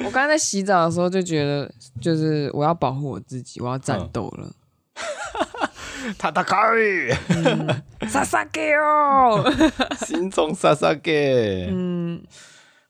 我刚才在洗澡的时候就觉得，就是我要保护我自己，我要战斗了。塔塔卡瑞，萨萨给哦， 心中萨萨给。嗯，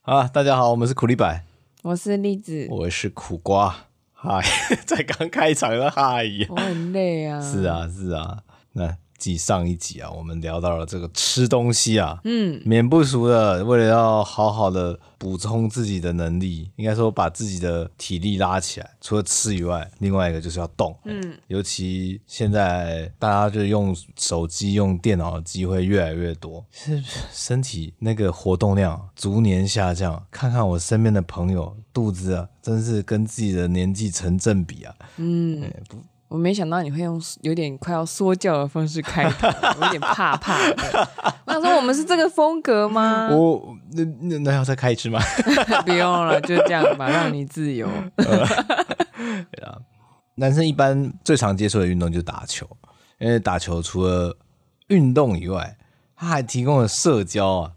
啊，大家好，我们是苦力白，我是栗子，我是苦瓜。嗨， 才刚开场的嗨呀。我很累啊。是啊，是啊。那继上一集啊，我们聊到了这个吃东西啊，嗯，免不俗的，为了要好好的补充自己的能力，应该说把自己的体力拉起来。除了吃以外，另外一个就是要动。嗯，尤其现在大家就用手机、用电脑的机会越来越多，是身体那个活动量逐年下降。看看我身边的朋友，肚子啊，真是跟自己的年纪成正比啊。我没想到你会用有点快要说教的方式开头，我有点怕怕的。我想说，我们是这个风格吗？我哦那那那要再开一支吗？不用了，就这样吧，让你自由。男生一般最常接触的运动就是打球，因为打球除了运动以外，它还提供了社交啊，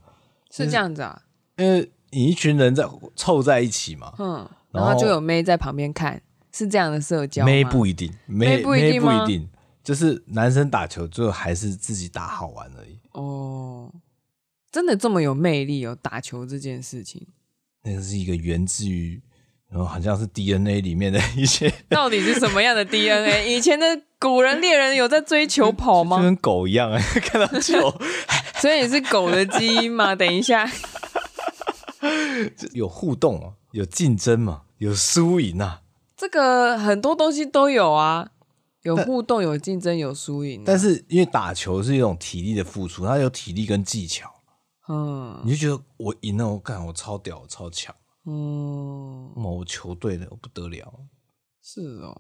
是这样子啊，因为你一群人在凑在一起嘛，嗯，然然后后就有妹在旁边看，是这样的社交吗妹不一定，妹妹不一定妹吗不一定，就是男生打球最后还是自己打好玩而已。哦，真的这么有魅力哦，打球这件事情。那个是一个源自于，然后好像是 DNA 里面的一些， 到底是什么样的 DNA？以前的古人猎人有在追求跑就 吗？跟狗一样、啊，看到球 所以你是狗的基因吗？等一下，有互动啊，有竞争嘛，有输赢啊。这个很多东西都有啊，有互动，有竞争，有输赢啊、但是因为打球是一种体力的付出，它有体力跟技巧，嗯你就觉得我赢了，我干，我超屌，我超强，嗯，某球队的我不得了，是哦，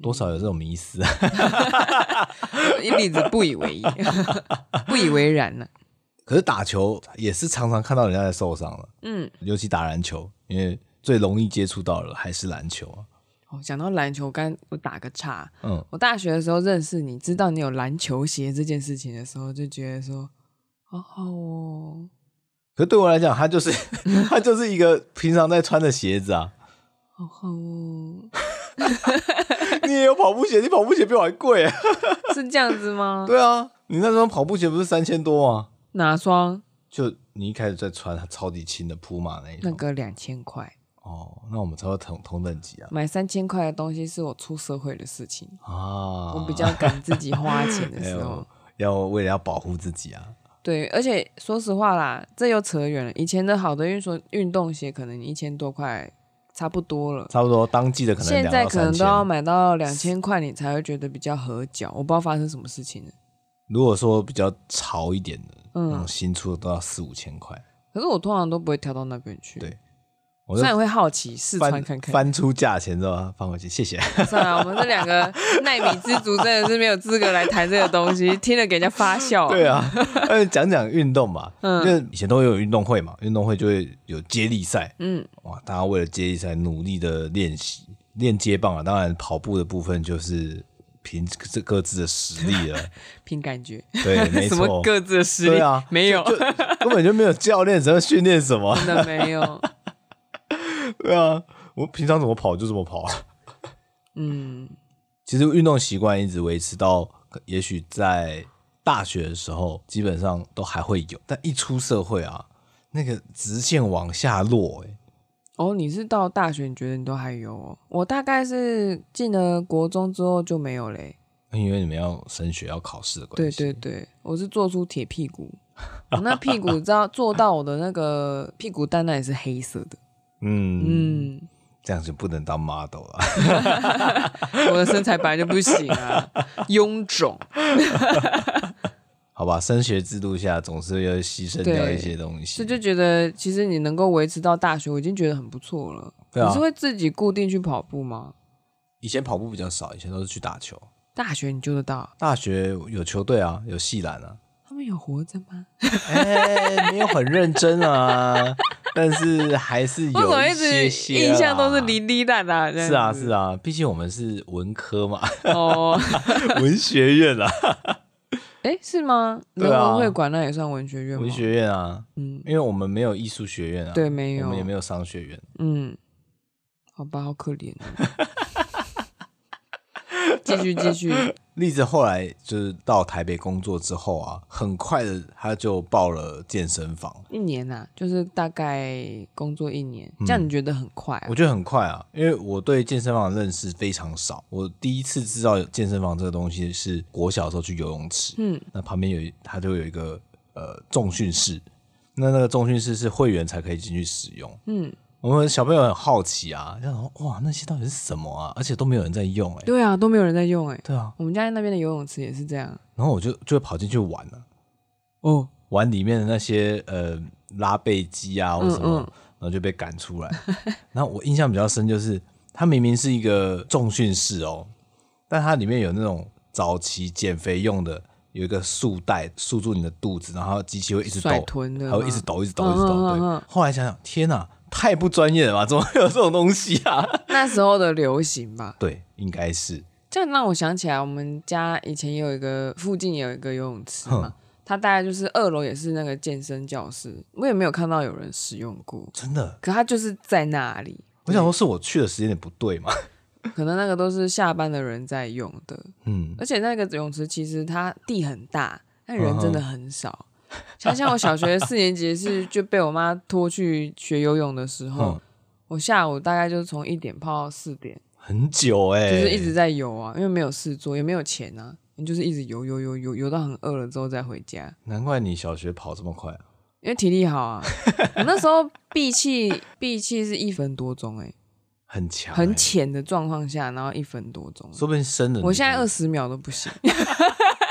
多少有这种迷思啊。 一例子不以为意， 不以为然啊呢、可是打球也是常常看到人家在受伤了，嗯，尤其打篮球，因为最容易接触到的还是篮球啊。哦，讲到篮球，我刚我打个岔，嗯，我大学的时候认识你，知道你有篮球鞋这件事情的时候，就觉得说，好好哦，可是对我来讲，它就是 它就是一个平常在穿的鞋子啊。 好好哦，你也有跑步鞋，你跑步鞋比我还贵啊。 是这样子吗？对啊，你那双跑步鞋不是三千多吗？哪双？就你一开始在穿它超级轻的普马那一那种。个两千块，哦，那我们才会同同等级啊。买三千块的东西是我出社会的事情，啊，我比较敢自己花钱的 哎时呦候。要为了要保护自己啊。对，而且说实话啦，这又扯远了。以前的好的运说运动鞋，可能一千多块差不多了，差不多当季的可能现在2到可能都要3000买 到两千块，你才会觉得比较合脚。我不知道发生什么事情了。如果说比较潮一点的，那种嗯，新出的都要四五千块。可是我通常都不会跳到那边去。对我虽就然会好奇试穿翻看看，翻出价钱之后啊放回去，谢谢。算了，我们这两个 耐米之族真的是没有资格来谈这个东西，听了给人家发笑。 对啊，呃，讲讲运动嘛，嗯因为以前都会有运动会嘛，运动会就会有接力赛，嗯，哇，大家为了接力赛努力的练习练接棒啊。当然，跑步的部分就是凭这各自的实力了。凭感觉。 对，没什错，么各自的实力？对啊，没有，就根本就没有教练，怎么训练什么？ 真的没有。对啊，我平常怎么跑就怎么跑啊。嗯，其实运动习惯一直维持到，也许在大学的时候，基本上都还会有，但一出社会啊，那个直线往下落、欸，哦，你是到大学，你觉得你都还有哦？我大概是进了国中之后就没有嘞。哎因为你们要升学要考试的关对系，对对，我是做出铁屁 股，我那屁股知道做到我的那个屁股蛋蛋也是黑色的。嗯，嗯，这样就不能当 model 了。 嗯我的身材本来就不行啊，臃肿。好吧，升学制度下总是要牺牲掉对一些东所西以。就觉得其实你能够维持到大学，我已经觉得很不错了。对啊你是会自己固定去跑步吗？以前跑步比较少，以前都是去打球。大学你救得到？大学有球队啊，有系篮啊，他们有活着吗？哎、没有很认真啊，但是还是我怎有么一一些直些印象都是啦零零烂烂的？是啊，是啊，毕竟我们是文科嘛，啊。 哦，文学院啊，哎，是吗？对人啊文会馆那也算文学院吗？ 文学院啊，嗯，因为我们没有艺术学院啊，对，没我有们也，没有商学院，嗯，好吧，好可怜、哦。 继续继续，栗子后来就是到台北工作之后啊，很快的他就报了健身房。一年呐、就是大概工作一年，这样你觉得很快、啊我？觉得很快啊，因为我对健身房的认识非常少。我第一次知道健身房这个东西是国小的时候去游泳池，嗯，那旁边有一它就有一个呃重训室，那那个重训室是会员才可以进去使用，嗯。我们小朋友很好奇啊，就想说哇，那些到底是什么啊？而且都没有人在用、欸，哎，对啊，都没有人在用哎、对啊。我们家那边的游泳池也是这样。然后我就就会跑进去玩了、哦，玩里面的那些呃拉贝机啊或者什么，然后就被赶出来。 然后我印象比较深就是，它明明是一个重训室哦，但它里面有那种早期减肥用的，有一个束带束住你的肚子，然后机器会一直抖甩，臀的还吗会一直抖，一直抖，一直抖。嗯嗯嗯对，后来想想，天哪、太不专业了吧？怎 么会有这种东西啊？ 那时候的流行吧。对，应该是这样让我想起来，我们家以前也有一个附近也有一个游泳池嘛，它大概就是二楼也是那个健身教室，我也没有看到有人使用过，真的。可它就是在那里，我想说，是我去的时间点不对嘛？ 可能那个都是下班的人在用的，嗯，而且那个泳池其实它地很大，但人真的很少。像像我小学四年级是就被我妈拖去学游泳的时候，嗯我下午大概就是从一点泡到四点，很久哎、就是一直在游啊，因为没有事做，也没有钱啊，你就是一直游游游游游到很饿了之后再回家，难怪你小学跑这么快、啊。因为体力好 啊。我那时候闭气闭气是一分多钟、欸，很强、很强，浅的状况下，然后一分多钟，哎说不定生的。我现在二十秒都不行， 我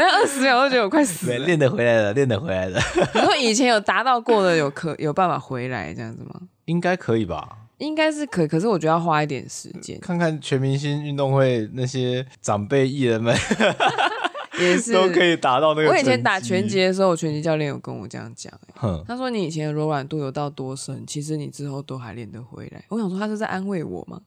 现在二十秒都觉得我快死对了。练得回来了，练得回来了， 你说以前有达到过的，有可有办法回来这样子吗？应该可以吧？应该是可以，可是我觉得要花一点时间，看看全明星运动会那些长辈艺人们也是。 都可以达到那个。我以前打拳击，的时候，我拳击教练有跟我这样讲、欸哼，他说你以前的柔软度有到多深，其实你之后都还练得回来。我想说他是在安慰我吗？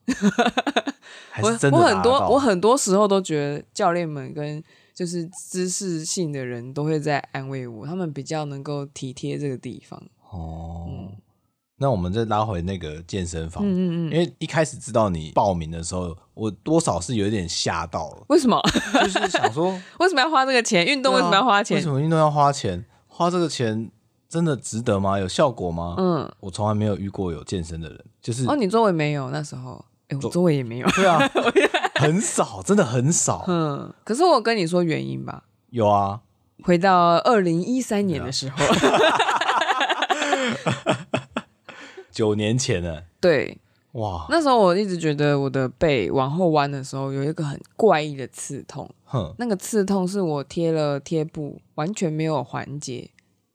还我是真的我很达多到我很多时候都觉得教练们跟就是知识性的人都会在安慰我，他们比较能够体贴这个地方。哦。那我们再拉回那个健身房，嗯嗯嗯嗯，因为一开始知道你报名的时候，我多少是有一点吓到 了，为什么就是想说 为什么要花这个钱？运动为什么要花啊为钱？什么运动要花钱？花这个钱真的值得吗？有效果吗？嗯，我从来没有遇过有健身的人，就是、哦，你周围没有那时候，哎、我周围也没有。 对啊，很少，真的很少。嗯，可是我跟你说原因吧。有啊，回到二零一三年的时候，九年前呢， 对，哇，那时候我一直觉得我的背往后弯的时候有一个很怪异的刺痛，哼，那个刺痛是我贴了贴布完全没有缓解，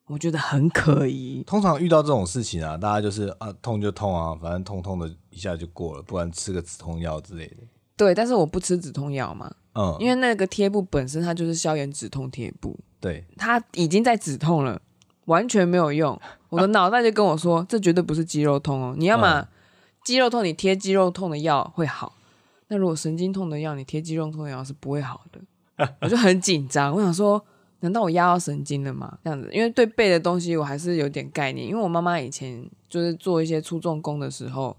我觉得很可疑。通常遇到这种事情啊，大家就是啊痛就痛啊，反正痛痛的一下就过了，不然吃个止痛药之类的。对，但是我不吃止痛药嘛，嗯，因为那个贴布本身它就是消炎止痛贴布，对，它已经在止痛了，完全没有用。我的脑袋就跟我说，这绝对不是肌肉痛哦，你要么肌肉痛你贴肌肉痛的药会好，那如果神经痛的药你贴肌肉痛的药是不会好的。我就很紧张，我想说，难道我压到神经了吗？这样子，因为对背的东西我还是有点概念，因为我妈妈以前就是做一些粗重工的时候，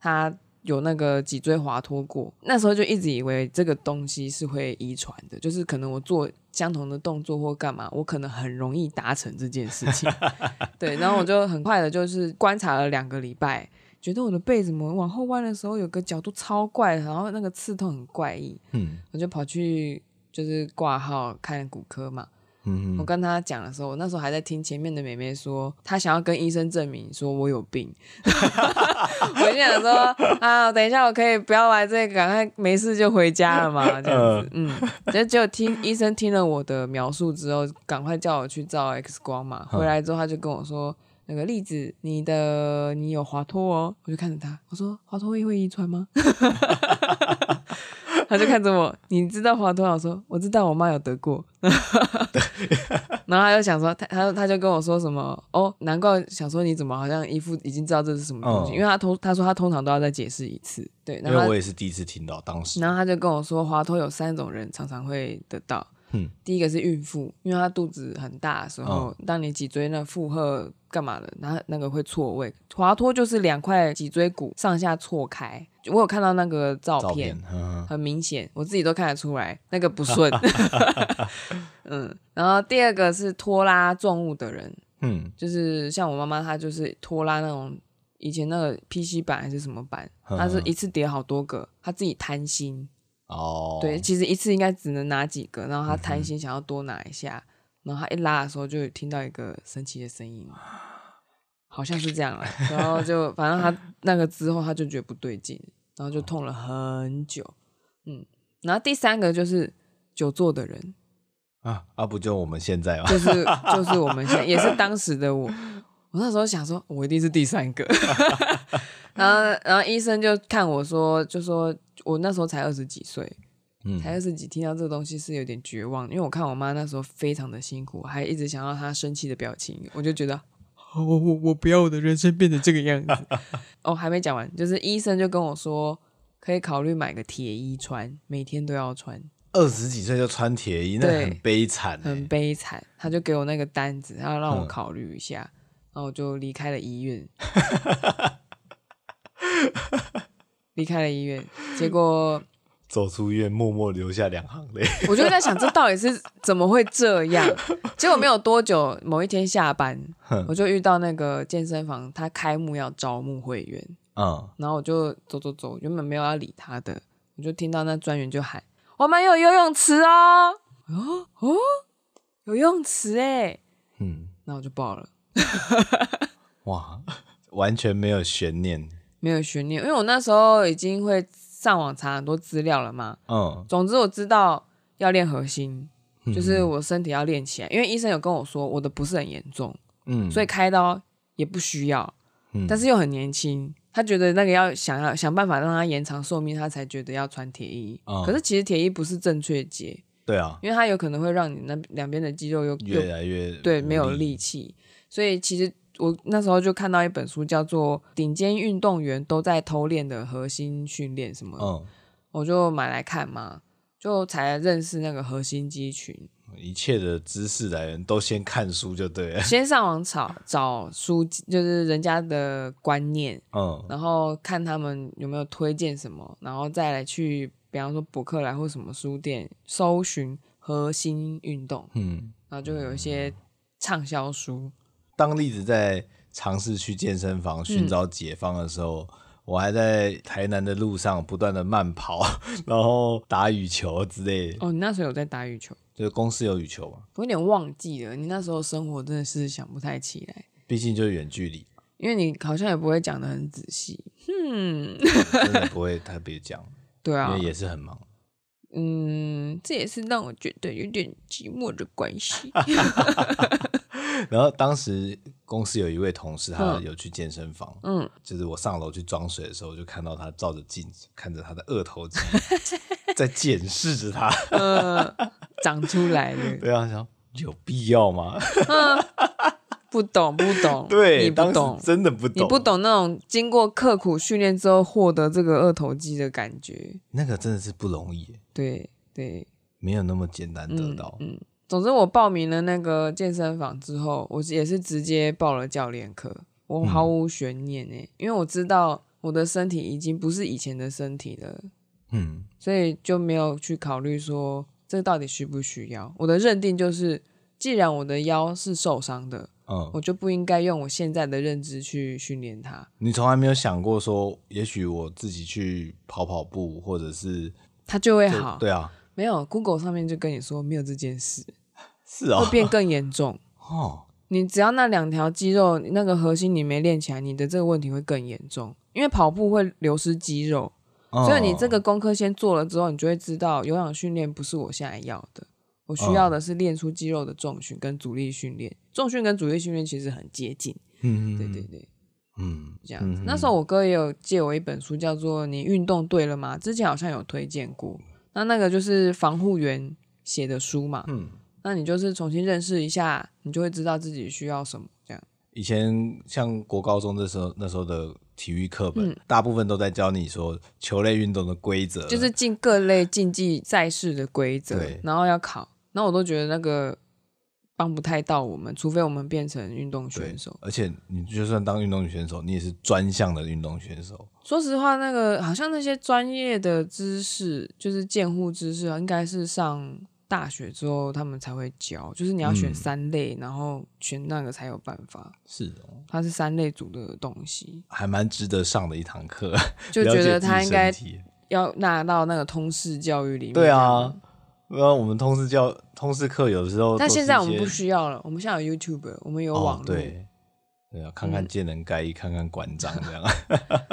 她。有那个脊椎滑脱过，那时候就一直以为这个东西是会遗传的，就是可能我做相同的动作或干嘛，我可能很容易达成这件事情。对，然后我就很快的，就是观察了两个礼拜，觉得我的背怎么往后弯的时候有个角度超怪，然后那个刺痛很怪异，嗯我就跑去就是挂号看骨科嘛。嗯我嗯，跟他讲的时候，我那时候还在听前面的妹妹说，她想要跟医生证明说我有病。 我就想说啊，等一下我可以不要来这个，赶快没事就回家了嘛，这呃样子。嗯，就只有听医生听了我的描述之后，赶快叫我去照 X 光嘛。嗯回来之后他就跟我说。那个栗子，你的你有滑脱哦，我就看着他，我说滑脱会遗传吗？ 他就看着我，你知道滑脱吗？啊我说我知道，我妈有得过。 然后他就想说，他他他就跟我说什么哦，难怪想说你怎么好像一副已经知道这是什么东西，嗯因为他通他说他通常都要再解释一次，对，因然为后我他也是第一次听到，当时然后他就跟我说，滑脱有三种人常常会得到，嗯哦第一个是孕妇，因为她肚子很大的时候，当你脊椎那负荷干嘛的，然后那个会错位。滑脱就是两块脊椎骨上下错开，我有看到那个照照片片，，嗯，很明显，我自己都看得出来那个不 顺。 嗯，然后第二个是拖拉重物的人，嗯就是像我妈妈，她就是拖拉那种以前那个 PC 板还是什么板，嗯她是一次叠好多个，她自己贪心，哦，对，，其实一次应该只能拿几个，然后她贪心想要多拿一下，然后她一拉的时候就有听到一个神奇的声音，好像是这样了，然后就反正她那个之后她就觉得不对劲，然后就痛了很久，嗯，然后第三个就是久坐的人，啊啊，不就我们现在吗？就是就是我们现在也是当时的我，我那时候想说，我一定是第三个， 然后然后医生就看我说，就说我那时候才二十几岁，嗯才二十几，听到这个东西是有点绝望，因为我看我妈那时候非常的辛苦，还一直想要她生气的表情，我就觉得。哦 我我我不要我的人生变成这个样子 哦，还没讲完，就是医生就跟我说，可以考虑买个铁衣穿，每天都要穿。二十几岁就穿铁衣，那对很悲惨 欸、很悲惨，他就给我那个单子，他要让我嗯考虑一下，然后我就离开了医 院，离开了医院。结果走出医院，默默流下两行泪。我就在想，这到底是怎么会这样？结果没有多久，某一天下班，我就遇到那个健身房，他开幕要招募会员， 嗯，然后我就走走走，原本没有要理他的，我就听到那专员就喊：“我们有游泳池哦，哦哦，游泳池哎。”嗯，那我就报了。哇，完全没有悬念。没有悬念，因为我那时候已经会上网查很多资料了嘛。嗯，总之我知道要练核心，就是我身体要练起来，因为医生有跟我说我的不是很严重，嗯，所以开刀也不需要，嗯但是又很年轻。他觉得那个要想要想办法让他延长寿命，他才觉得要穿铁衣。嗯可是其实铁衣不是正确解，对啊，因为它有可能会让你那两边的肌肉又又越来越对，无没有力气。所以其实我那时候就看到一本书，叫做《顶尖运动员都在偷练的核心训练》什么的，嗯，我就买来看嘛，就才认识那个核心肌群。一切的知识来源都先看书就对了。先上网找找书，就是人家的观念，嗯然后看他们有没有推荐什么，然后再来去，比方说博客来或什么书店搜寻核心运动，嗯，然后就会有一些畅销书。当栗子在尝试去健身嗯房寻找解放的时候。我还在台南的路上不断的慢跑，然后打羽球之类的，哦，你那时候有在打羽球？就是公司有羽球嘛，我有点忘记了，你那时候生活真的是想不太起来，毕竟就是远距离，因为你好像也不会讲的很仔细。嗯，真的不会特别讲， 对因 啊为，也是很忙。嗯，这也是让我觉得有点寂寞的关系。 然后当时公司有一位同事，他嗯有去健身房，嗯，就是我上楼去装水的时候，我就看到他照着镜子，看着他的二 头肌在检视着他。 呃，长出来了，对啊，想有必要吗？ 不懂不懂，对，你不当懂时，真的不你懂，不，懂那种经过刻苦训练之后获得这个二头肌的感觉。那个真的是不容易耶，对对，没有那么简单得到。嗯，总之我报名了那个健身房之后，我也是直接报了教练课，我毫无悬念哎、因为我知道我的身体已经不是以前的身体了，嗯所以就没有去考虑说这到底需不需要。我的认定就是，既然我的腰是受伤的，嗯，我就不应该用我现在的认知去训练它。你从来没有想过说，也许我自己去跑跑步，或者是它就会对好，对啊，没有 Google 上面就跟你说没有这件事，是哦会，变更严重。哦，你只要那两条肌肉那个核心你没练起来，你的这个问题会更严重，因为跑步会流失肌肉， 所以你这嗯个功课先做了之后，你就会知道有氧训练不是我现在要的，我哦需要的是练出肌肉的重训跟阻力训练，重训跟阻力训练其实很接近，嗯，嗯对对，对，嗯，这样子。那时候我哥也有借我一本书，叫做《你运动对了吗》，之前好像有推荐过，那那个就是防护员写的书嘛，嗯，那你就是重新认识一下，你就会知道自己需要什么这样。以前像国高中的时候，那时候的体育课本、嗯大部分都在教你说球类运动的规则，就是进各类竞技赛事的规则对，然后要考，那我都觉得那个帮不太到我们，除非我们变成运动对选手。而且你就算当运动选手，你也是专项的运动选手，说实话，那个好像那些专业的知识，就是健护知识啊，应该是上大学之后他们才会教，就是你要选嗯三类，然后选那个才有办法。是哦，它是三类组的东西，还蛮值得上的一堂课，就了觉解得自他己应该身体要纳到那个通识教育里面。对啊，，因为我们通识教通识课有时候都是一些，但现在我们不需要了，我们现在有 YouTube，我们有网哦络，，嗯对对啊，看看见人盖衣，看看馆 长这样，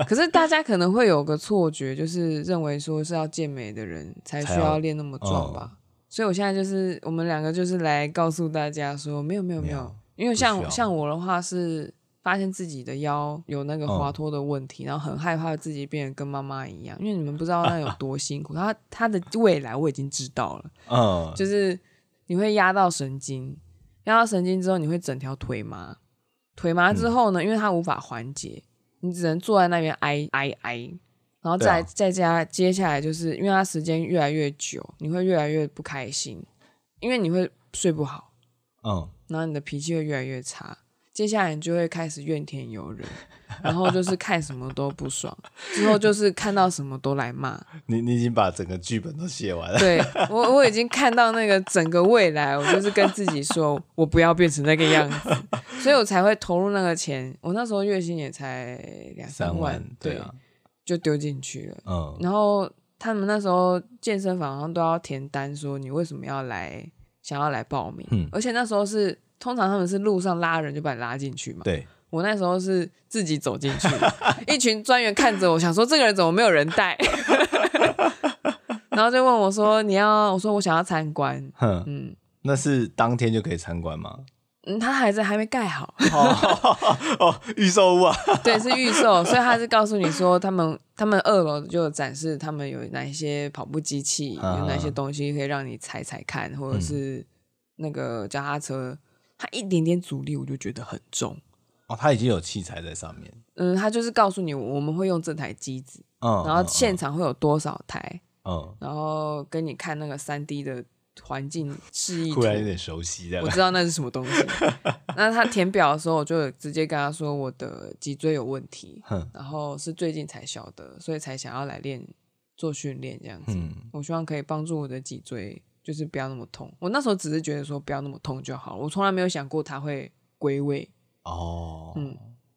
可是大家可能会有个错觉，就是认为说是要健美的人才需才要哦要练那么壮吧。所以我现在就是我们两个就是来告诉大家说，没有没有没没有有，因为不需要像像我的话是发现自己的腰有那个嗯滑脱的问题，然后很害怕自己变得跟妈妈一样，因为你们不知道那有多辛苦。她她的未来我已经知道了，嗯，就是你会压到神经，压到神经之后你会整条腿麻，腿麻之后呢，嗯因为它无法缓解，你只能坐在那边挨挨挨，然后再、对啊再加接下来就是因为它时间越来越久，你会越来越不开心，因为你会睡不好，嗯，然后你的脾气会越来越差。接下来你就会开始怨天尤人，然后就是看什么都不爽，之后就是看到什么都来骂，你你已经把整个剧本都写 完了，对我，我已经看到那个整个未来，我就是跟自己说，我不要变成那个样子，所以我才会投入那个钱。我那时候月薪也才两 三万万，，对啊，就丢进去了。嗯，然后他们那时候健身房好像都要填单，说你为什么要来，想要来报名。嗯而且那时候是通常他们是路上拉人就把你拉进去嘛。对，我那时候是自己走进去，一群专员看着我，想说这个人怎么没有人带， 然后就问我说你要，我说我想要参观，哼，嗯那是当天就可以参观 吗？嗯，他还在还没盖好，哦 哦，预售屋啊，对，是预售，所以他是告诉你说他们他们二楼就有展示他们有哪一些跑步机器，啊有哪些东西可以让你踩踩看，或者是那个脚踏车，它一点点阻力我就觉得很重，哦，它已经有器材在上面，嗯，他就是告诉你我们会用这台机子，嗯，然后嗯现，场会有多少台。嗯，然后跟你看那个三 D 的环境示意嗯图忽，然有点熟悉这我样，知道那是什么 东西。那他填表的时候，我就直接跟他说我的脊椎有问题，哼，然后是最近才晓得，所以才想要来练做训练这样子。嗯，我希望可以帮助我的脊椎，就是不要那么痛。我那时候只是觉得说不要那么痛就好了，我从来没有想过它会归位，哦，嗯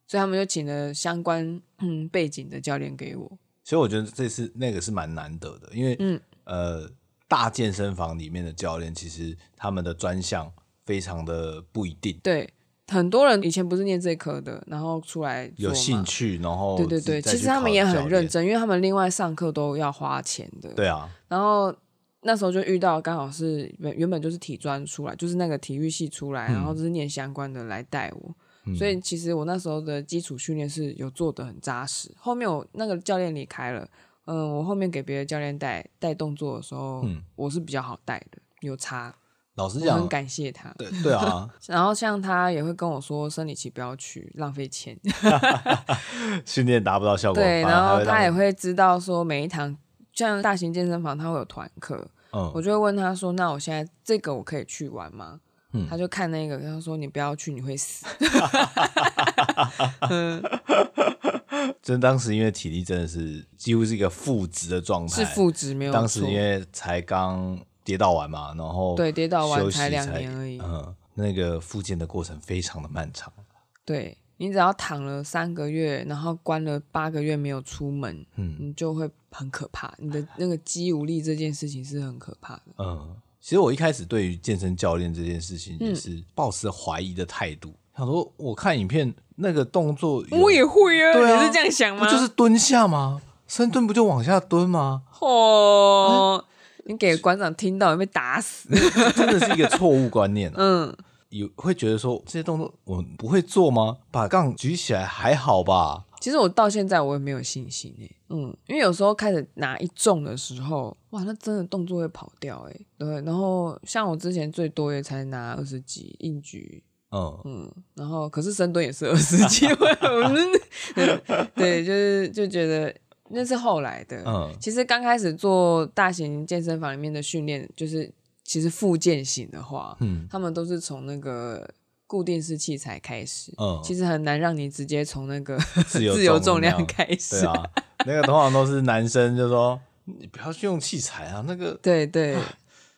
所以他们就请了相关嗯背景的教练给我。所以我觉得这次那个是蛮难得的，因为嗯呃，大健身房里面的教练其实他们的专项非常的不一定，对，很多人以前不是念这科的，然后出来做有嘛兴趣，然后对对对，哦再其去实他们也考教很认练，真，因为他们另外上课都要花钱的。对啊，然后那时候就遇到，刚好是原原本就是体专出来，就是那个体育系出来，嗯然后就是念相关的来带我。嗯所以其实我那时候的基础训练是有做的很扎实。后面我那个教练离开了，嗯，我后面给别的教练带带动作的时候，嗯我是比较好带的，有差，老实我很讲，感谢他。对对啊，然后像他也会跟我说，生理期不要去，浪费钱。训练达不到效果，对，反而然还后会他也让，会知道说每一堂，像大型健身房他会有团课，我嗯就会问他说：“那我现在这个我可以去玩吗？”嗯他就看那个，他说：“你不要去，你会死。真当时因为体力真的是几乎是一个负值的状”是态，负值没有当时错因为才刚跌倒完嘛，然后对跌倒完休息才两年而已嗯，那个复健的过程非常的漫长，对你只要躺了三个月，然后关了八个月没有出门，嗯你就会很可怕。你的那个肌无力这件事情是很可怕的。嗯。其实我一开始对于健身教练这件事情嗯也是抱持怀疑的态度，想说我看影片那个动作有，我也会啊，对啊你是这样想不吗？就是蹲下吗？深蹲不就往下蹲吗？ 哦，哎你给馆长听到会被打死。真的是一个错误观念、啊，嗯，有会觉得说这些动作我不会做吗？把杠举起来还好吧？其实我到现在我也没有信心哎、嗯，因为有时候开始拿一重的时候，哇，那真的动作会跑掉哎、对，然后像我之前最多也才拿二十几硬举，嗯，嗯，然后可是深蹲也是二十几，我 嗯对，就是就觉得那是后来的。嗯其实刚开始做大型健身房里面的训练，就是其实复健型的话，嗯他们都是从那个固定式器材开始，嗯，其实很难让你直接从那个自 由自由重重量量开对始。啊，那个通常都是男生就说你不要去用器材啊，那个对 对，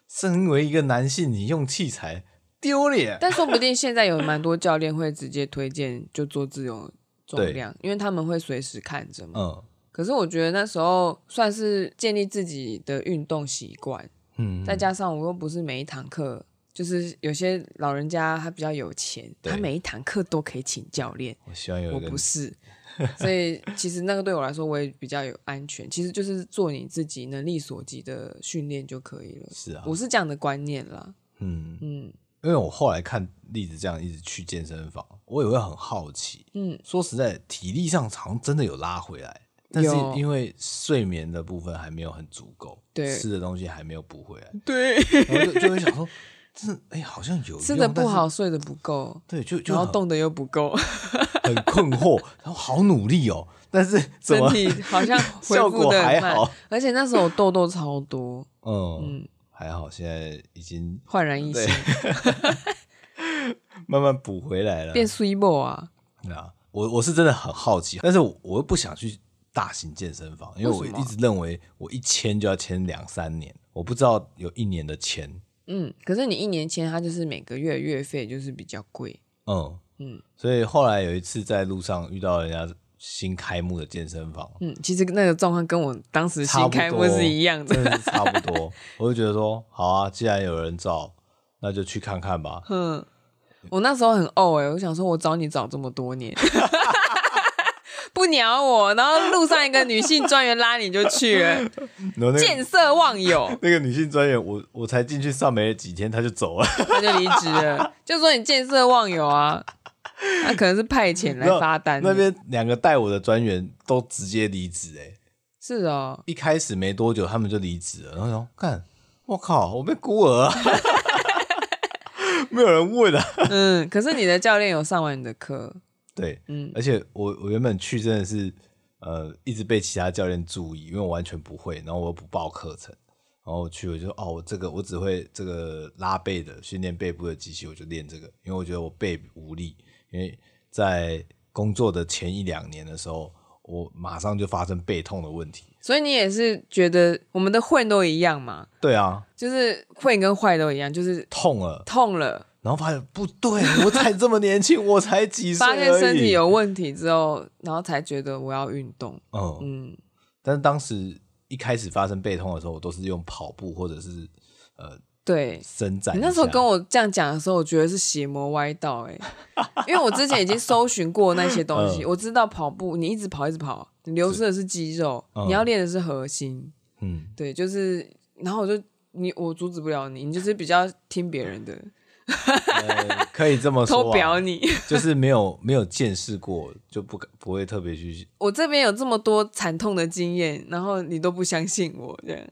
身为一个男性，你用器材丢脸。但说不定现在有蛮多教练会直接推荐就做自由重量，因为他们会随时看着嘛。嗯可是我觉得那时候算是建立自己的运动习惯，嗯，再加上我又不是每一堂课，就是有些老人家他比较有钱，对他每一堂课都可以请教练，我希望有我一个不是，所以其实那个对我来说我也比较有安全。其实就是做你自己能力所及的训练就可以了。是啊，我是这样的观念啦，嗯， 嗯因为我后来看栗子这样一直去健身房，我也会很好奇。嗯，说实在，体力上好像真的有拉回来，但是有因为睡眠的部分还没有很足够，对吃的东西还没有 补回来，对，然后就就会想说，这哎、好像有吃用的不，好，但是睡的不够，对，就就然后很动的又不够，很困惑，然后好努力哦，但是 怎身么体好像恢 效复果的还慢好，？而且那时候我痘痘超多，嗯，嗯，还好，现在已经焕然一对新，慢慢补回来了。变 s w e b o 啊，对啊，我我是真的很好奇，但是我我又不想去大型健身房，因为我为什么一直认为我一签就要签两三年，我不知道有一年的签，嗯，可是你一年前它就是每个月月费就是比较贵，嗯嗯所以后来有一次在路上遇到人家新开幕的健身房，嗯，其实那个状况跟我当时差新不多开幕是一样的，真的是差不多，我就觉得说，好啊，既然有人找，那就去看看吧。嗯，我那时候很怄哎、我想说我找你找这么多 年。不鸟我，然后路上一个女性专员拉你就去了，然后那个见色忘友。那个女性专员，我我才进去上没几天，她就走了。他就离职了，就说你见色忘友啊，他可能是派遣来发单的 那边两个带我的专员都直接离职、欸，是哦，一开始没多久他们就离职了，然后想看，我靠，我被孤儿、啊， 没有人问啊。嗯，可是你的教练有上完你的课，对，嗯而且我我原本去真的是呃一直被其他教练注意，因为我完全不会，然后我又不报课程，然后我去我就哦，我这个我只会这个拉背的训练背部的肌群，我就练这个，因为我觉得我背无力，因为在工作的前一两年的时候，我马上就发生背痛的问题。所以你也是觉得我们的混都一样嘛，对啊，就是混跟坏都一样，就是痛了。痛了，然后发现不对，我才这么年轻，我才几岁发而已。现身体有问题之后，然后才觉得我要运动，嗯，嗯，但是当时一开始发生背痛的时候，我都是用跑步或者是呃对。伸展一你下。那时候跟我这样讲的时候，我觉得是邪魔歪道哎、因为我之前已经搜寻过那些东西，嗯我知道跑步你一直跑一直跑，你流失的是肌肉，嗯你要练的是核心，嗯，对，就是，然后我就你我阻止不了你，你就是比较听别人的，呃可以这么说、偷啊，表 你。就是没有没有见识过，就不敢不会特别去。我这边有这么多惨痛的经验，然后你都不相信我，这样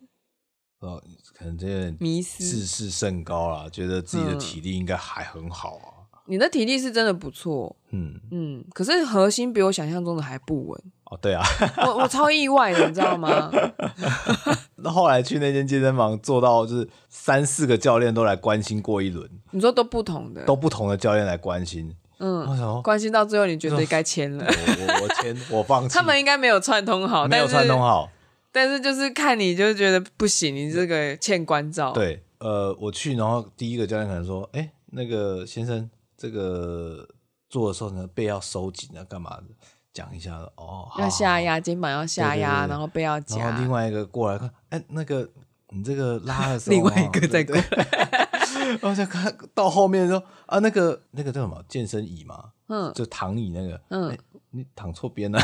呃，可能这有点迷自失。视甚高啦，觉得自己的嗯体力应该还很好啊。你的体力是真的不错，嗯，嗯，可是核心比我想象中的还不稳，哦，对啊， 我我超意外的，你知道吗？那后来去那间健身房做到，就是三四个教练都来关心过一轮，你说都不同的，都不同的教练来关心。嗯，我想说，关系到最后你觉哦得该签 了。我我我 签，我放弃。他们应该没有串通好，没有但是串通好。但是就是看你就觉得不行，你这个欠关照。，对，呃，我去，然后第一个教练可能说：“哎、那个先生，这个做的时候呢，背要收紧啊，干嘛的？”讲一下哦，好要下。好压，肩膀要下压，对对对对然后背要好然后夹另。外一个过来看，哎、那个你这个拉的时候，另外一个哦再过。来对 对我想看到后面说啊，那个那个叫什么健身椅嘛，嗯，就躺椅那个，嗯哎你躺错边了，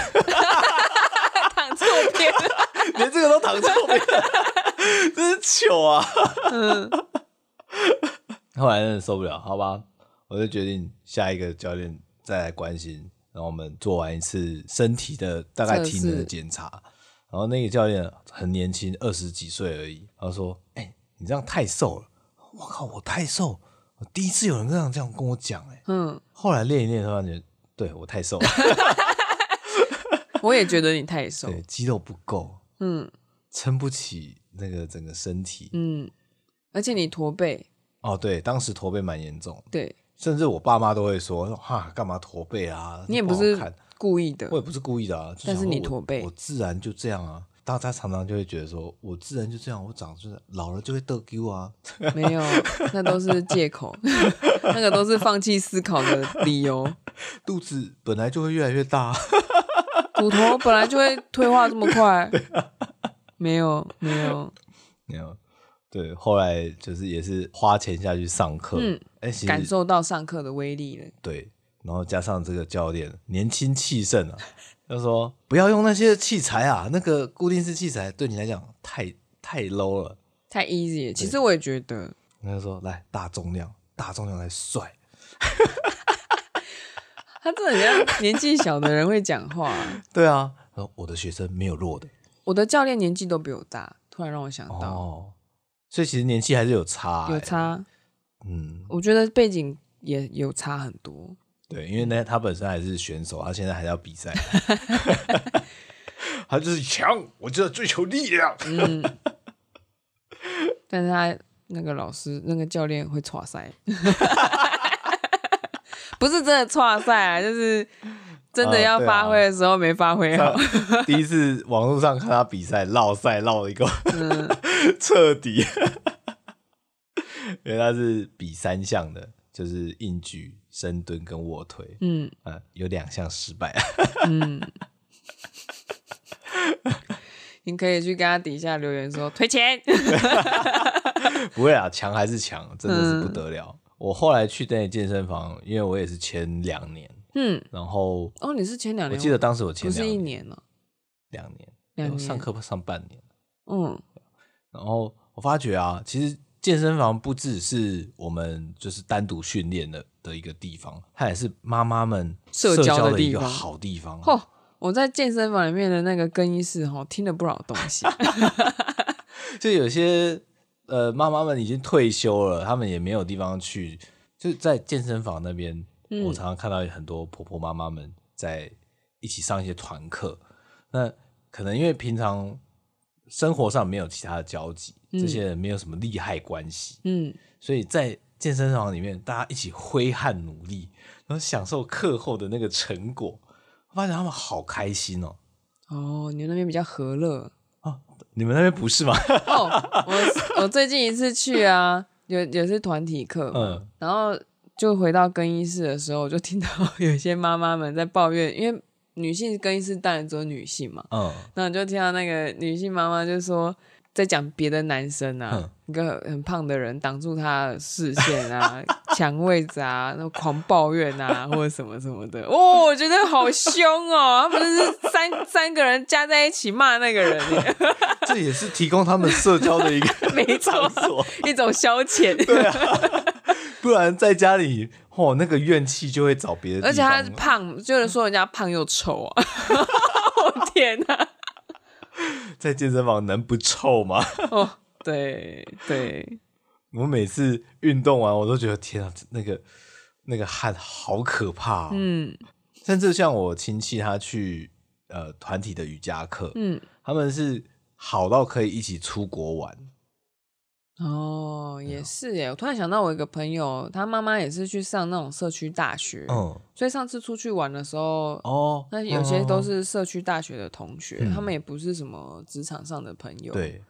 躺错边了。 连这个都躺错边了， 真是糗啊！嗯， 后来真的受不了，好吧，我就决定下一个教练再来关心，然后我们做完一次身体的大概体能的检查，然后那个教练很年轻，二十几岁而已，他说：“哎、你这样太瘦了，我靠，我太瘦，我第一次有人这样这样跟我讲，哎，嗯，后来练一练，突然觉得对我太瘦了，我也觉得你 太瘦。对，肌肉不够，嗯撑不起那个整个身体，嗯，而且你驼背，哦，对，当时驼背蛮严重，对甚至我爸妈都会说，哈，干嘛驼背啊？你也这不好是看故意的我，也不是故意的啊，就但是想说你我驼背我自然就这样啊。大家常常就会觉得说，我自然就这样，我长就是老了就会得 Q 啊，没有，那都是借口，那个都是放弃思考的理由。肚子本来就会越来越大啊。 骨头本来就会退化这么 快，啊没有没有，没有，对，后来就是也是花钱下去上课，嗯哎、其感实受到上课的威力了。对，然后加上这个教练年轻气盛啊，他说不要用那些器材啊，那个固定式器材对你来讲太太 low 了。太 easy 了。其实我也觉得，他就说来大重量，大重量才帅。他真的很像年纪小的人会讲话、对啊，他说我的学生没有弱的我的教练年纪都比我大，突然让我想到、哦，所以其实年纪还是有差、有欸差，嗯，我觉得背景也有差很多。对，因为呢，他本身还是选手，他现在还要 比赛，他就是强，我就要追求力量。 嗯，但是他那个老师那个教练会岔赛，不是真的岔赛啊，就是真的啊要对啊发挥的时候没发挥好。第一次网络上看他比赛，绕赛绕一个嗯， 彻底， 因为他是比三项的，就是硬举、深蹲跟卧推， 嗯嗯、有两项失败。嗯，你可以去跟他底下留言说退钱。 不会啊，强还是强，真的嗯是不得了。我后来去那健身房，因为我也是签两年，嗯，然后哦，你是前两我年，记得当时我不签是两一年，年了，两年，两我年上课上半年。嗯然后我发觉啊，其实健身房不只是我们就是单独训练的的一个地方，它也是妈妈们社交交的一地个方好地方。啊 哦，我在健身房里面的那个更衣室哈，听了不少东 西。就有些呃妈妈们已经退休了，她们也没有地方去，就在健身房那边，嗯我常常看到很多婆婆妈妈们在一起上一些团课。那可能因为平常生活上没有其他的交集，这些人没有什么利害关系，嗯，所以在健身房里面，大家一起挥汗努力，然后享受课后的那个成果，我发现他们好开心哦。哦，你们那边比较和乐。你们那边不是吗？哦，我我最近一次去啊，有也是团体课嘛，嗯然后就回到更衣室的时候，我就听到有一些妈妈们在抱怨，因为女性更衣室当然只有女性嘛，嗯，然后你就听到那个女性妈妈就说。在讲别的男生啊嗯，一个很胖的人挡住她的视线啊，抢位子啊，那狂抱怨啊，或者什么什么的。哦，我觉得好凶哦！他们就是三三个人加在一起骂那个人耶， 这也是提供他们社交的一个没场错，所，一种消遣。不然在家里，哦，那个怨气就会找别的地方。而且他是胖，就是说人家胖又丑啊！ 我天啊哪、在健身房能不臭吗？ 哦，对对，我每次运动完，我都觉得天啊，那个那个汗好可怕、哦。嗯甚至像我亲戚他去呃团体的瑜伽课，嗯，他们是好到可以一起出国玩。哦，啊也是耶。我突然想到，我有一个朋友，他妈妈也是去上那种社区大学，嗯，所以上次出去玩的时候，哦，那有些都嗯、是社区大学的同学，嗯他们也不是什么职场上的朋友。，对，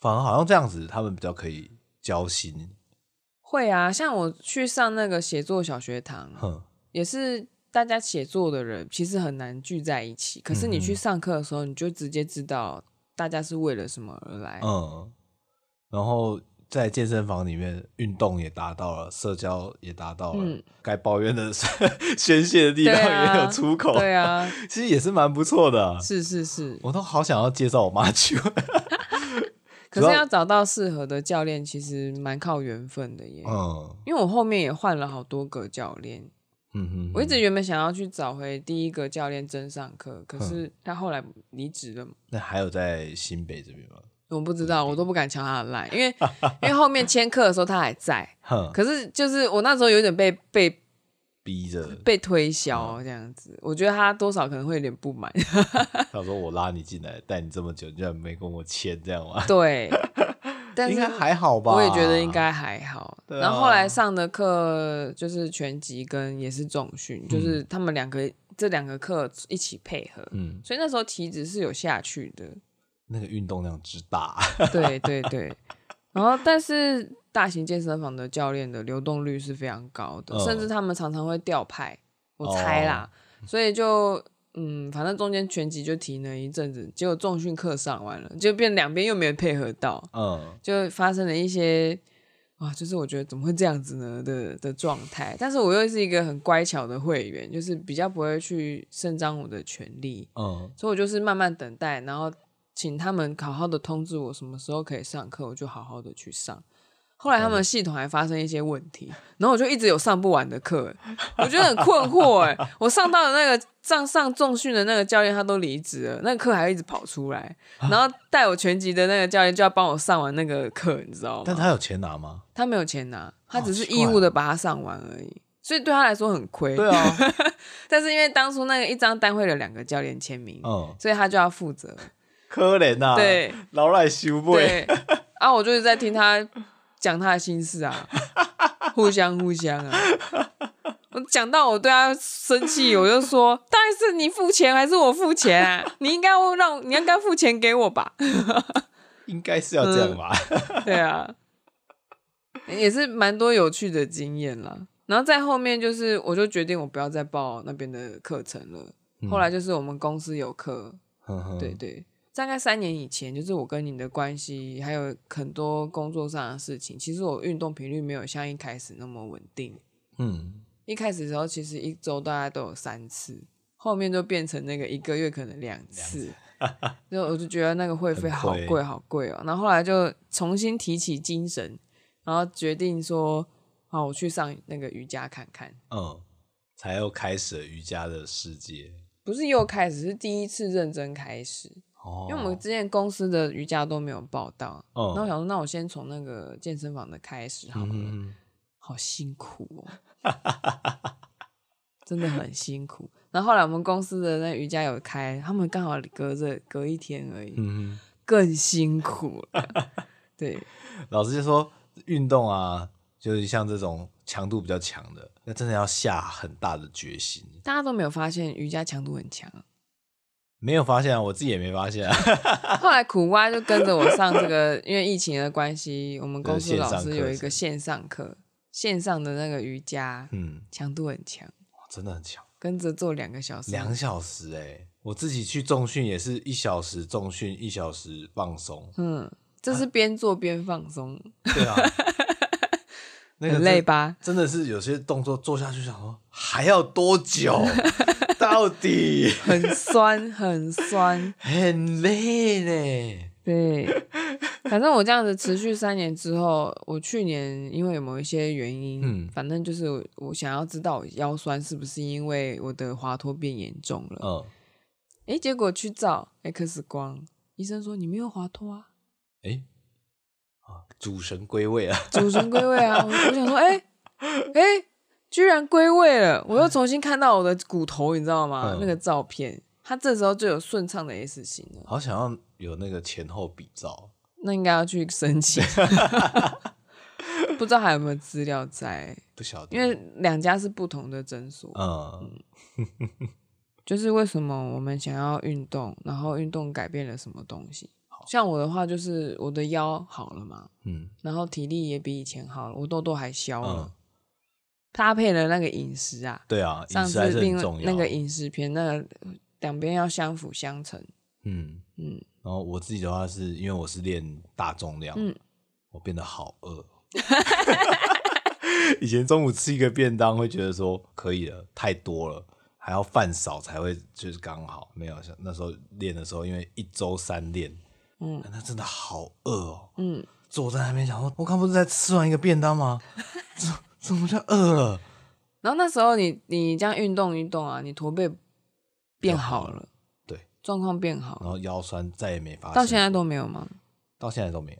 反而好像这样子，他们比较可以交心。会啊，像我去上那个写作小学堂，哼，也是大家写作的人，其实很难聚在一起。可是你嗯去上课的时候，你就直接知道大家是为了什么而来。嗯，然后在健身房里面运动也达到了，社交也达到了，嗯该抱怨的 宣泄的地对方啊也有出口，对啊，其实也是蛮不错的。是是是。我都好想要介绍我妈去，可是要找到适合的教练，其实蛮靠缘分的耶。嗯因为我后面也换了好多个教练，嗯哼，我一直原本想要去找回第一个教练真上课，可是他后来离职了嘛。那还有在新北这边吗？我不知道，我都不敢敲他的 line，因为 因为后面签课的时候他还在，哼，可是就是我那时候有点被被逼着被推嗯销这样子，我觉得他多少可能会有点不满。 他说我拉你进来，带你这么久，你居然没跟我签，这样吗？对，但应是该还好吧？我也觉得应。该还好。对啊然后后来上的课就是拳击跟也是重训，就是他们两个这两个课一起配合，嗯，所以那时候体脂是有下去的。那个运动量之大，对对对，然后但是大型健身房的教练的流动率是非常高的，嗯甚至他们常常会调派，我猜啦，所以就。嗯，反正中间拳击就停了一阵子，结果重训课上完了，就变两边又没有配合到，嗯，就发生了一些啊，就是我觉得怎么会这样子呢的的状态。但是我又是一个很乖巧的会员，就是比较不会去伸张我的权利，嗯，所以我就是慢慢等待，然后请他们好好的通知我什么时候可以上课，我就好好的去上。后来他嗯们系统还发生一些问题，然后我就一直有上不完的课，欸我觉得很困惑哎、欸我上到的那个上上重训的那个教练他都离职了，那个课还一直跑出来，啊然后带我拳击的那个教练就要帮我上完那个课，你知道但吗？他有钱拿吗？他没有钱拿，他只是奇怪义务哦的把它上完而已，所以对他来说很亏。对啊，但是因为当初那个一张单会有两个教练签名，嗯，所以他就要负 责。可怜呐，对，老来修妹，对，啊，我就是在听他讲他的心事啊，互相互相啊。我讲到我对他生气，我就说，到底是你付钱还是我付钱啊？你应该让你应该付钱给我吧？ 应该是要这样吧？对啊，也是蛮多有趣的经验啦。然后在后面就是，我就决定我不要再报那边的课程了。后来就是我们公司有课，嗯对对，大概三年以前，就是我跟你的关系，还有很多工作上的事情，其实我运动频率没有像一开始那么稳定。嗯，一开始的时候，其实一周大概都有三次，后面就变成那个一个月可能两 次，就我就觉得那个会费很好贵贵好贵哦。然后后来就重新提起精神，然后决定说，好，我去上那个瑜伽看看。嗯，才又开始了瑜伽的世界。不是又开始，是第一次认真开始，哦，因为我们之前公司的瑜伽都没有报道，啊嗯那我想说，那我先从那个健身房的开始好了，嗯好辛苦哦，真的很辛苦。然后后来我们公司的那瑜伽有开，他们刚好隔着隔一天而已，嗯，更辛苦了。 对，老师就说运动啊，就是像这种强度比较强的，那真的要下很大的决心。大家都没有发现瑜伽强度很强。啊没有发现啊，我自己也没发现啊。 后来苦瓜就跟着我上这个，因为疫情的关系，我们公司对线老上师课有一程个线上课，线上的那个瑜伽嗯，强度很强，哇真的很强，跟着做两个小时，两小时哎、我自己去重训也是一小时重训，一小时放松。嗯，这啊是边做边放松，对 啊，那个很累真吧？ 真的是有些动作做下去，想说还要多 久？到底很酸，很酸。很累呢。对，反正我这样子持续三年之后，我去年因为有某一些原因，嗯反正就是我我想要知道我腰酸是不是因为我的滑脱变严重了。嗯，诶，结果去照 X 光，医生说你没有滑脱啊，哎、啊，主神归位啊，主神归位啊。我我想说，诶诶，居然归位了，我又重新看到我的骨头，你知道吗？嗯那个照片，它这时候就有顺畅的 S 型了。好想要有那个前后比照。那应该要去申请， 不知道还有没有资料在，不晓得，因为两家是不同的诊所。嗯，就是为什么我们想要运动，然后运动改变了什么东西？像我的话，就是我的腰好了嘛，嗯然后体力也比以前好了，我痘痘还消了，嗯，搭配了那个饮食啊，对啊，上饮食还次是另很外重要。啊那个饮食篇，那个两边要相辅相成，嗯，嗯，然后我自己的话是因为我是练大重量，嗯我变得好 饿。以前中午吃一个便当会觉得说可以了，太多了，还要饭少才会就是刚好。没有像那时候练的时候，因为一周三练，嗯嗯，那真的好饿哦。嗯，坐在那边想说，我刚不是才吃完一个便当吗？ 怎怎么就饿了？然后那时候你你这样运动运动啊，你驼背变好了，对，状况变好然了，后腰酸再也没发生，到现在都没有吗？到现在都没有。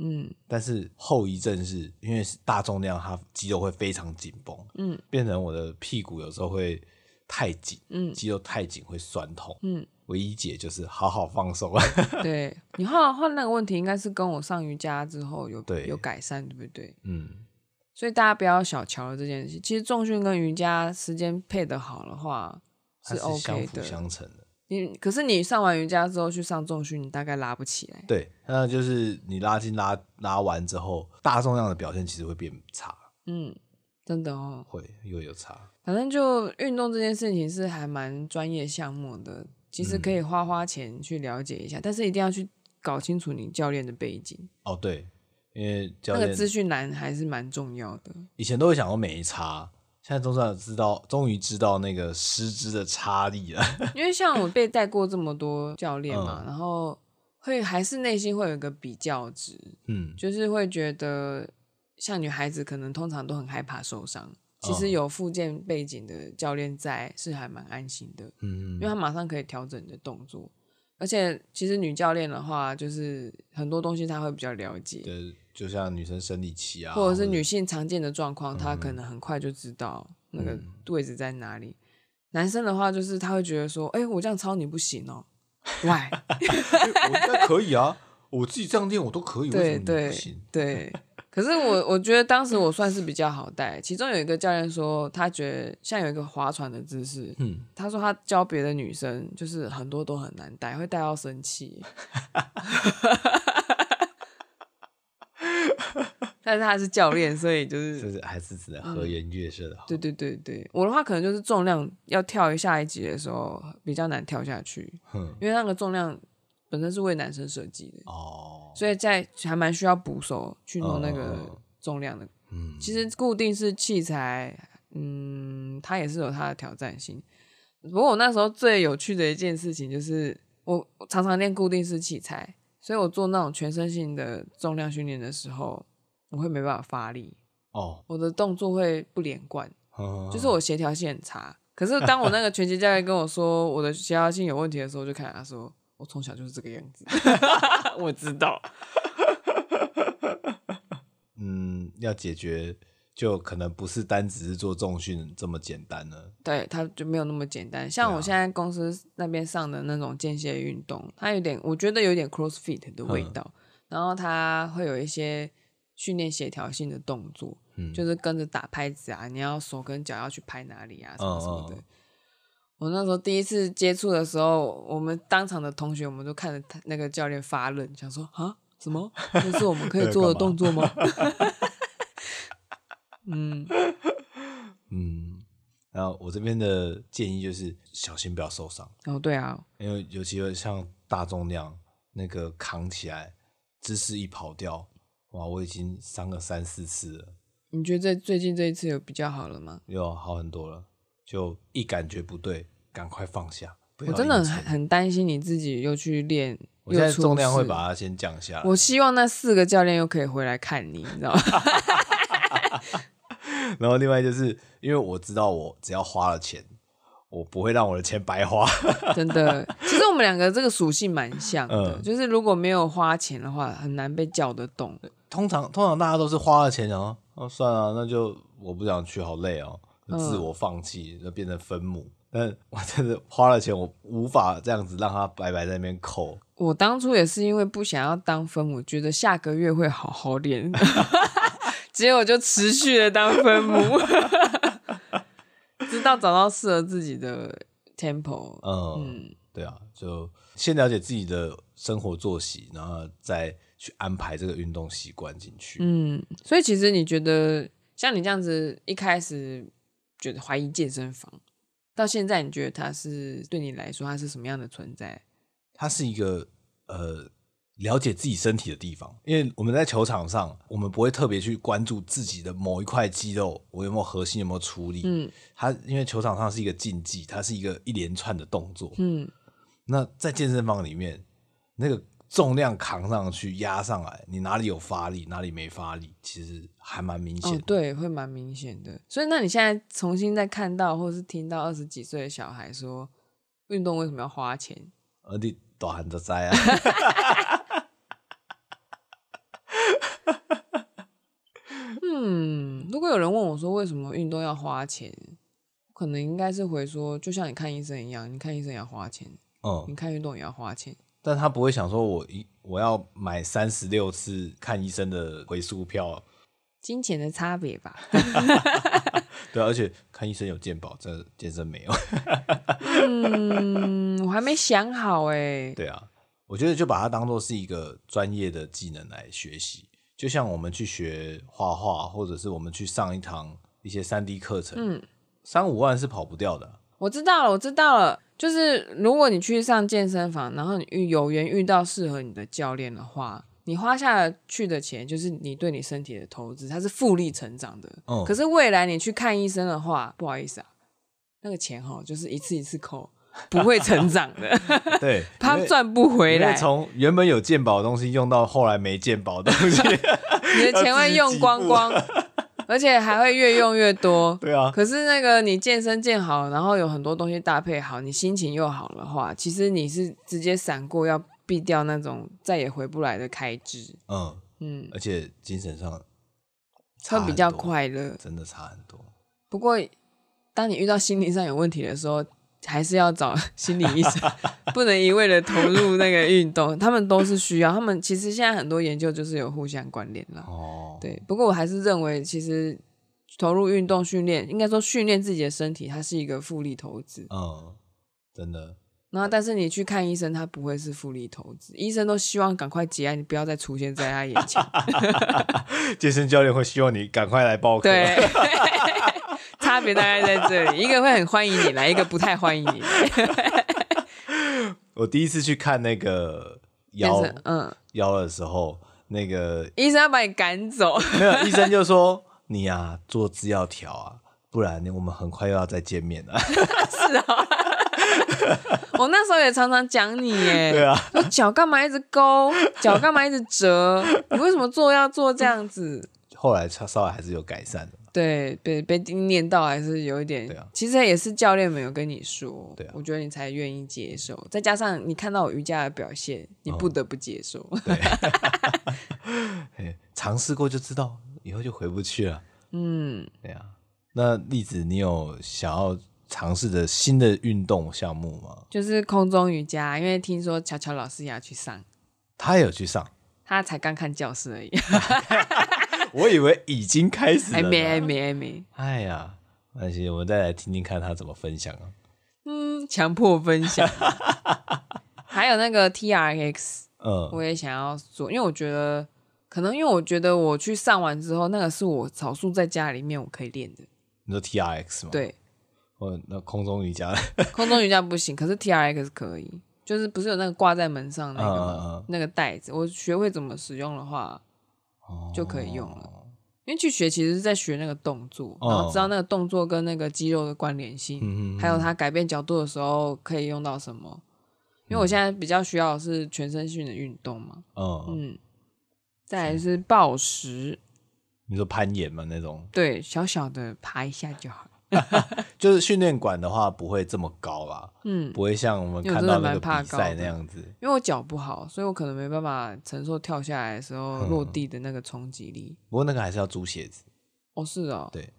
嗯但是后遗症是因为是大重量，它肌肉会非常紧绷，嗯，变成我的屁股有时候会太紧，嗯肌肉太紧会酸痛。嗯，唯一解就是好好放松。 对你后来换那个问题，应该是跟我上瑜伽之后有对有改善，对不对？嗯，所以大家不要小瞧了这件事。其实重训跟瑜伽时间配的好的话它是相 OK 辅的。相成的。你可是你上完瑜伽之后去上重训，你大概拉不起来。对，那就是你拉筋拉拉完之后，大重量的表现其实会变差，嗯，真的哦。会又有差。反正就运动这件事情是还蛮专业项目的，其嗯实可以花花钱去了解一下，但是一定要去搞清楚你教练的背景，哦，对，因为教那个练资讯栏还是蛮重要的。以前都会想说没差，现在总算知道，终于知道那个师资的差异了。因为像我被带过这么多教练嘛，嗯然后会还是内心会有一个比较值，嗯，就是会觉得像女孩子可能通常都很害怕受伤，其实嗯有复健背景的教练在是还蛮安心的。嗯因为他马上可以调整你的动作，而且其实女教练的话，就是很多东西她会比较了解，对，就像女生生理期啊，或者是女性常见的状况，她可能很快就知道那个嗯位置在哪里。男生的话，就是他会觉得说，哎、我这样操你不行 哦、why？我应该可以啊，我自己这样练我都可以，为对什么你对不行？对。可是我我觉得当时我算是比较好带，其中有一个教练说，他觉得像有一个划船的姿势，嗯，他说他教别的女生就是很多都很难带，会带到生 气。 但是他是教练，所以就是就是还是只能和颜悦色的好。对对对对，我的话可能就是重量要跳一下一级的时候比较难跳下去，哼因为那个重量本身是为男生设计的，哦，所以在还蛮需要捕手去弄那嗯嗯个嗯重量的。嗯，其实固定式器材，嗯，它也是有它的挑战性。不过我那时候最有趣的一件事情就是，我我常常练固定式器材，所以我做那种全身性的重量训练的时候，我会没办法发力，哦，我的动作会不连贯，嗯就是我协调性很差。可是当我那个拳击教练跟我说我的协调性有问题的时候，我就看着他说，我从小就是这个样子， 我知道，嗯，要解决就可能不是单只是做重训这么简单了。对，它就没有那么简单。像对啊我现在公司那边上的那种间歇运动，它有点，我觉得有点 CrossFit 的味嗯道。然后它会有一些训练协调性的动作，嗯，就是跟着打拍子啊，你要手跟脚要去拍哪里啊，什么什么的。嗯嗯我那时候第一次接触的时候，我们当场的同学，我们都看着他那个教练发愣，想说啊，什么？这是我们可以在做的干嘛动作 吗？嗯，嗯，然后我这边的建议就是小心不要受伤，哦，对啊，因为尤其是像大重量那个扛起来，姿势一跑掉，哇，我已经伤了三四次了，你觉得这最近这一次有比较好了吗？又好很多了。就一感觉不对，赶快放下。不要我真的硬很撑很担心你自己又去练，我现在又出重量会事把它先降下来，我希望那四个教练又可以回来看你，你知道吗？ 然后另外就是因为我知道我只要花了钱，我不会让我的钱白花。 真的，其实我们两个这个属性蛮像的，嗯就是如果没有花钱的话，很难被叫得动。通常通常大家都是花了钱，然后哦算了，那就我不想去，好累哦，就自嗯我放弃，就变成分母。但我真的花了钱，我无法这样子让他白白在那边扣。我当初也是因为不想要当分母，觉得下个月会好好练，结果就持续的当分母，直到找到适合自己的 tempo。嗯，嗯，对啊，就先了解自己的生活作息，然后再去安排这个运动习惯进去。嗯，所以其实你觉得，像你这样子一开始觉得怀疑健身房，到现在你觉得它是对你来说它是什么样的存在？它是一个呃了解自己身体的地方，因为我们在球场上，我们不会特别去关注自己的某一块肌肉，我有没有核心有没有出力。嗯它因为球场上是一个竞技，它是一个一连串的动作。嗯，那在健身房里面，那个重量扛上去压上来，你哪里有发力，哪里没发力，其实还蛮明显哦的。，对，会蛮明显的。所以那你现在重新再看到或是听到二十几岁的小孩说运动为什么要花钱？而呃你大汉就知啊。 嗯，如果有人问我说为什么运动要花钱，可能应该是回说，就像你看医生一样，你看医生也要花钱，嗯，你看运动也要花钱。但他不会想说我一我要买三十六次看医生的回数票，金钱的差别吧，对啊、而且看医生有健保，这健身没有， 嗯，我还没想好哎、对啊，我觉得就把它当做是一个专业的技能来学习，就像我们去学画画，或者是我们去上一堂一些三 D 课程，嗯，三五万是跑不掉的，我知道了，我知道了。就是如果你去上健身房，然后你遇有缘遇到适合你的教练的话，你花下去的钱就是你对你身体的投资，它是复利成长的。嗯可是未来你去看医生的话，不好意思啊，那个钱哈就是一次一次扣，不会成长 的，对，它因为赚不回因为来，从原本有鉴宝的东西用到后来没鉴宝的东西， 你的钱会用光光，啊而且还会越用越 多。对啊，可是那个你健身健好，然后有很多东西搭配好，你心情又好的话，其实你是直接闪过要避掉那种再也回不来的开支，嗯，嗯，而且精神上差会很比较多，快乐。真的差很多。不过，当你遇到心理上有问题的时候，还是要找心理医 生，不能一味的投入那个运动，他们都是需要。他们其实现在很多研究就是有互相关联了。哦，对，不过我还是认为，其实投入运动训练，应该说训练自己的身体，它是一个复利投资。嗯，真的，然后，但是你去看医生，他不会是复利投资，医生都希望赶快结案，你不要再出现在他眼前。啊 健身教练会希望你赶快来报课。对，差别大概在这里，一个会很欢迎你来，一个不太欢迎你来。我第一次去看那个变 腰成嗯，腰的时候，那个医生要把你赶走， 没有医生就说你啊坐姿要调啊，不然我们很快又要再见面了。 我那时候也常常讲你耶，对啊，说脚干嘛一直勾，脚干嘛一直折，你为什么做要做这样子？后来稍稍微还是有改善的。对，被被念到还是有一点。对啊其实也是教练们有跟你说，对啊我觉得你才愿意接受。再加上你看到我瑜伽的表现，嗯你不得不接受。 嘿尝试过就知道，以后就回不去了。嗯，对啊，那栗子，你有想要尝试的新的运动项目吗？就是空中瑜伽，因为听说乔乔老师也要去上，他也有去上，他才刚看教室而已，我以为已经开始了还呢。没，还没，还没。哎呀，那行，我们再来听听看他怎么分享啊。嗯，强迫分享。 还有那个 T R X，嗯我也想要做，因为我觉得，可能因为我觉得我去上完之后，那个是我少数在家里面我可以练的。你说 T R X 吗？，对，哦，那空中瑜伽，空中瑜伽不行，可是 T R X 可以，就是不是有那个挂在门上那个吗嗯嗯嗯那个袋子，我学会怎么使用的话，哦 就可以用了。因为去学其实是在学那个动作，哦然后知道那个动作跟那个肌肉的关联性，嗯嗯嗯还有它改变角度的时候可以用到什么。因为我现在比较需要的是全身性的运动嘛，嗯，嗯，再来是暴食，你说攀岩嘛那种，对，小小的爬一下就好，就是训练馆的话不会这么高啦，嗯，不会像我们因为我看真的到那蛮个怕比高赛的那样子。因为我脚不好，所以我可能没办法承受跳下来的时候嗯落地的那个冲击力。不过那个还是要租鞋子，哦，是哦，对，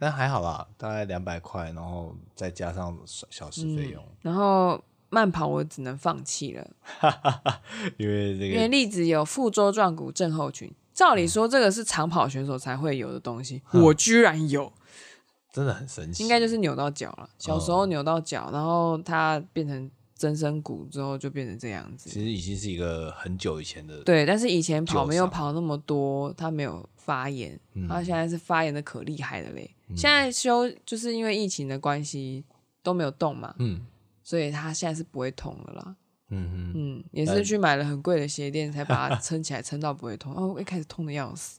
但还好啦，大概两百块，然后再加上小小时费用，然后慢跑我只能放弃了，因为这嗯因为个栗子有副舟状骨症候群，照嗯理说这个是长跑选手才会有的东西，我居然有，真的很神奇，应该就是扭到脚了。小时哦候扭到脚，然后它变成增生骨之后就变成这样子。其实已经是一个很久以前的，对，但是以前跑旧没有伤跑那么多，他没有发炎，嗯他、现在是发炎的可厉害了嘞。现在休就是因为疫情的关系都没有动嘛，嗯所以他现在是不会痛了啦。嗯嗯，嗯，也是去买了很贵的鞋垫才把它撑起来，撑到不会痛。哦，一开始痛的要死。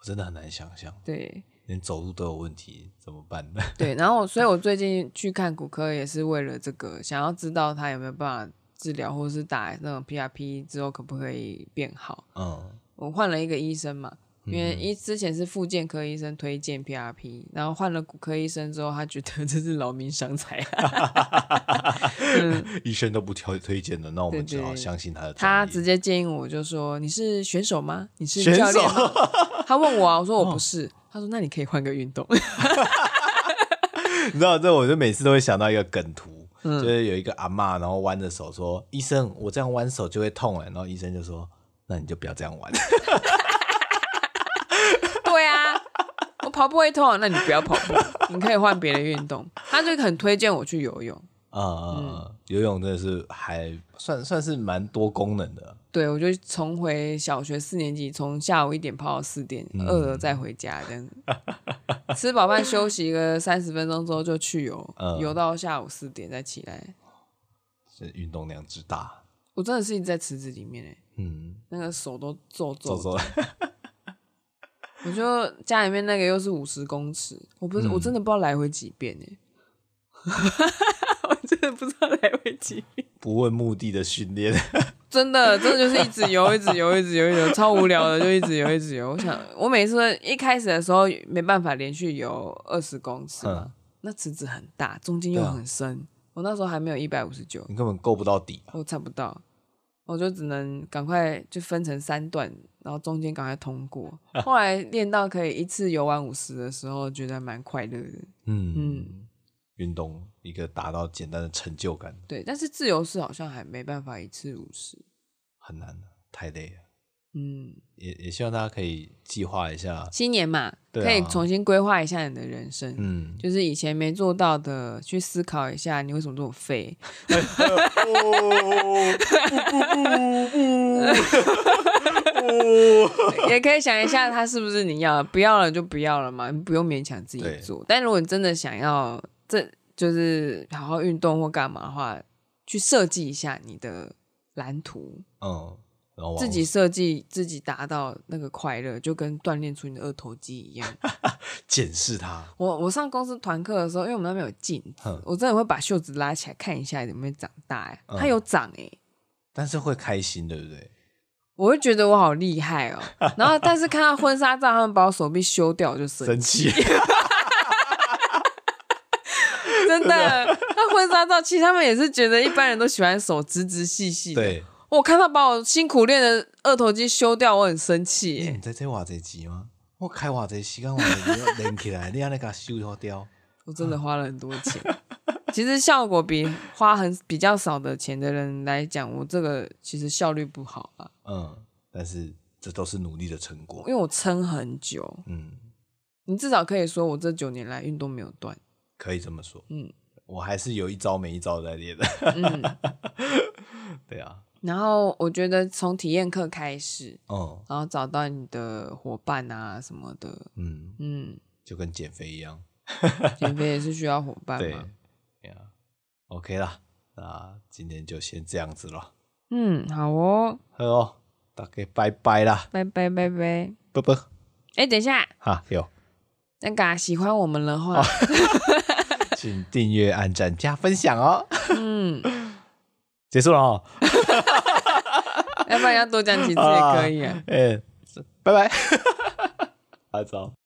我真的很难想象，对连走路都有问题，怎么办呢？ 对，然后我所以，我最近去看骨科也是为了这个，想要知道他有没有办法治疗，或是打那种 PRP 之后可不可以变好。嗯我换了一个医生嘛，因为一之前是复健科医生推荐 PRP，然后换了骨科医生之后，他觉得这是劳民伤财、啊医生都不挑推荐的，那我们对只对好相信他的专他业。 直接建议我就说：“你是选手吗？你是选教手哦练吗？” 他问我啊，我说我不是。他说：“那你可以换个运动。”你知道这，我就每次都会想到一个梗图，就是有一个阿嬷，然后弯着手说：“医生，我这样弯手就会痛哎。”然后医生就说：“那你就不要这样弯。 对啊，我跑步会痛，啊那你不要跑 步，你可以换别的运动。他就很推荐我去游泳，”啊、呃，游泳真的是还算算是蛮多功能的，对我就重回小学四年级，从下午一点跑到四点，饿了再回家这样子。吃饱饭休息个三十分钟之后就去游，嗯游到下午四点再起来。这运动量之大，我真的是一直在池子里面哎、嗯，那个手都皱皱走的。走，我就家里面那个又是五十公尺，我不是、我真的不知道来回几遍哎、 我真的不知道来回几遍，不问目的的训练， 真的真的就是一直游，一直游，一直游，一直 游，超无聊的，就一直游，一直游。我想我每次一开始的时候没办法连续游二十公尺嘛，嗯那池子很大，中间又对啊很深，我那时候还没有一百五十九，你根本够不到底啊嘛。我踩不到，我就只能赶快就分成三段，然后中间赶快通 过。后来练到可以一次游完五十的时候，觉得还蛮快乐的。嗯，运动一个达到简单的成就感对，但是自由式好像还没办法一次五十。很难的，太累了。嗯，也也希望大家可以计划一下，新年嘛，对啊可以重新规划一下你的人生。嗯，就是以前没做到的，去思考一下你为什么这么废。 也可以想一下，它是不是你要的，不要了就不要了嘛，你不用勉强自己对做。但如果你真的想要，这就是好好运动或干嘛的话，去设计一下你的蓝图，嗯，然后往自己设计自己达到那个快乐，就跟锻炼出你的二头肌一样。检视它，我我上公司团课的时候，因为我们那边有镜哼子，我真的会把袖子拉起来看一下有没有长大、欸。嗯它有长哎、但是会开心，对不对？我会觉得我好厉害 哦。然后但是看到婚纱照，他们把我手臂修掉，我就生生气。气，真的，那婚纱照其实他们也是觉得一般人都喜欢手直直细 细的。对，我看到把我辛苦练的二头肌修掉，我很生气欸、耶。你在这话这集吗？我开话这时间，我连连起来，你安尼给它修掉，我真的花了很多钱。其实效果比花很比较少的钱的人来讲，我这个其实效率不好啊，嗯，但是这都是努力的成果因，为我撑很久。嗯，你至少可以说我这九年来运动没有断。可以这么说，嗯我还是有一招没一招在练的， 嗯，对啊，然后我觉得从体验课开始，嗯然后找到你的伙伴啊什么的，嗯，嗯，就跟减肥一样，减肥也是需要伙伴对嘛。，对啊，OK 啦，那今天就先这样子了，嗯，好哦，好、哦，大家拜拜啦，拜拜拜拜。拜拜，哎，等一下，哈，有，那个啊喜欢我们的话，请订阅、按赞、加分享哦，嗯，结束了哦，要不然要多讲几次也可以啊。 哎、拜拜，阿糟。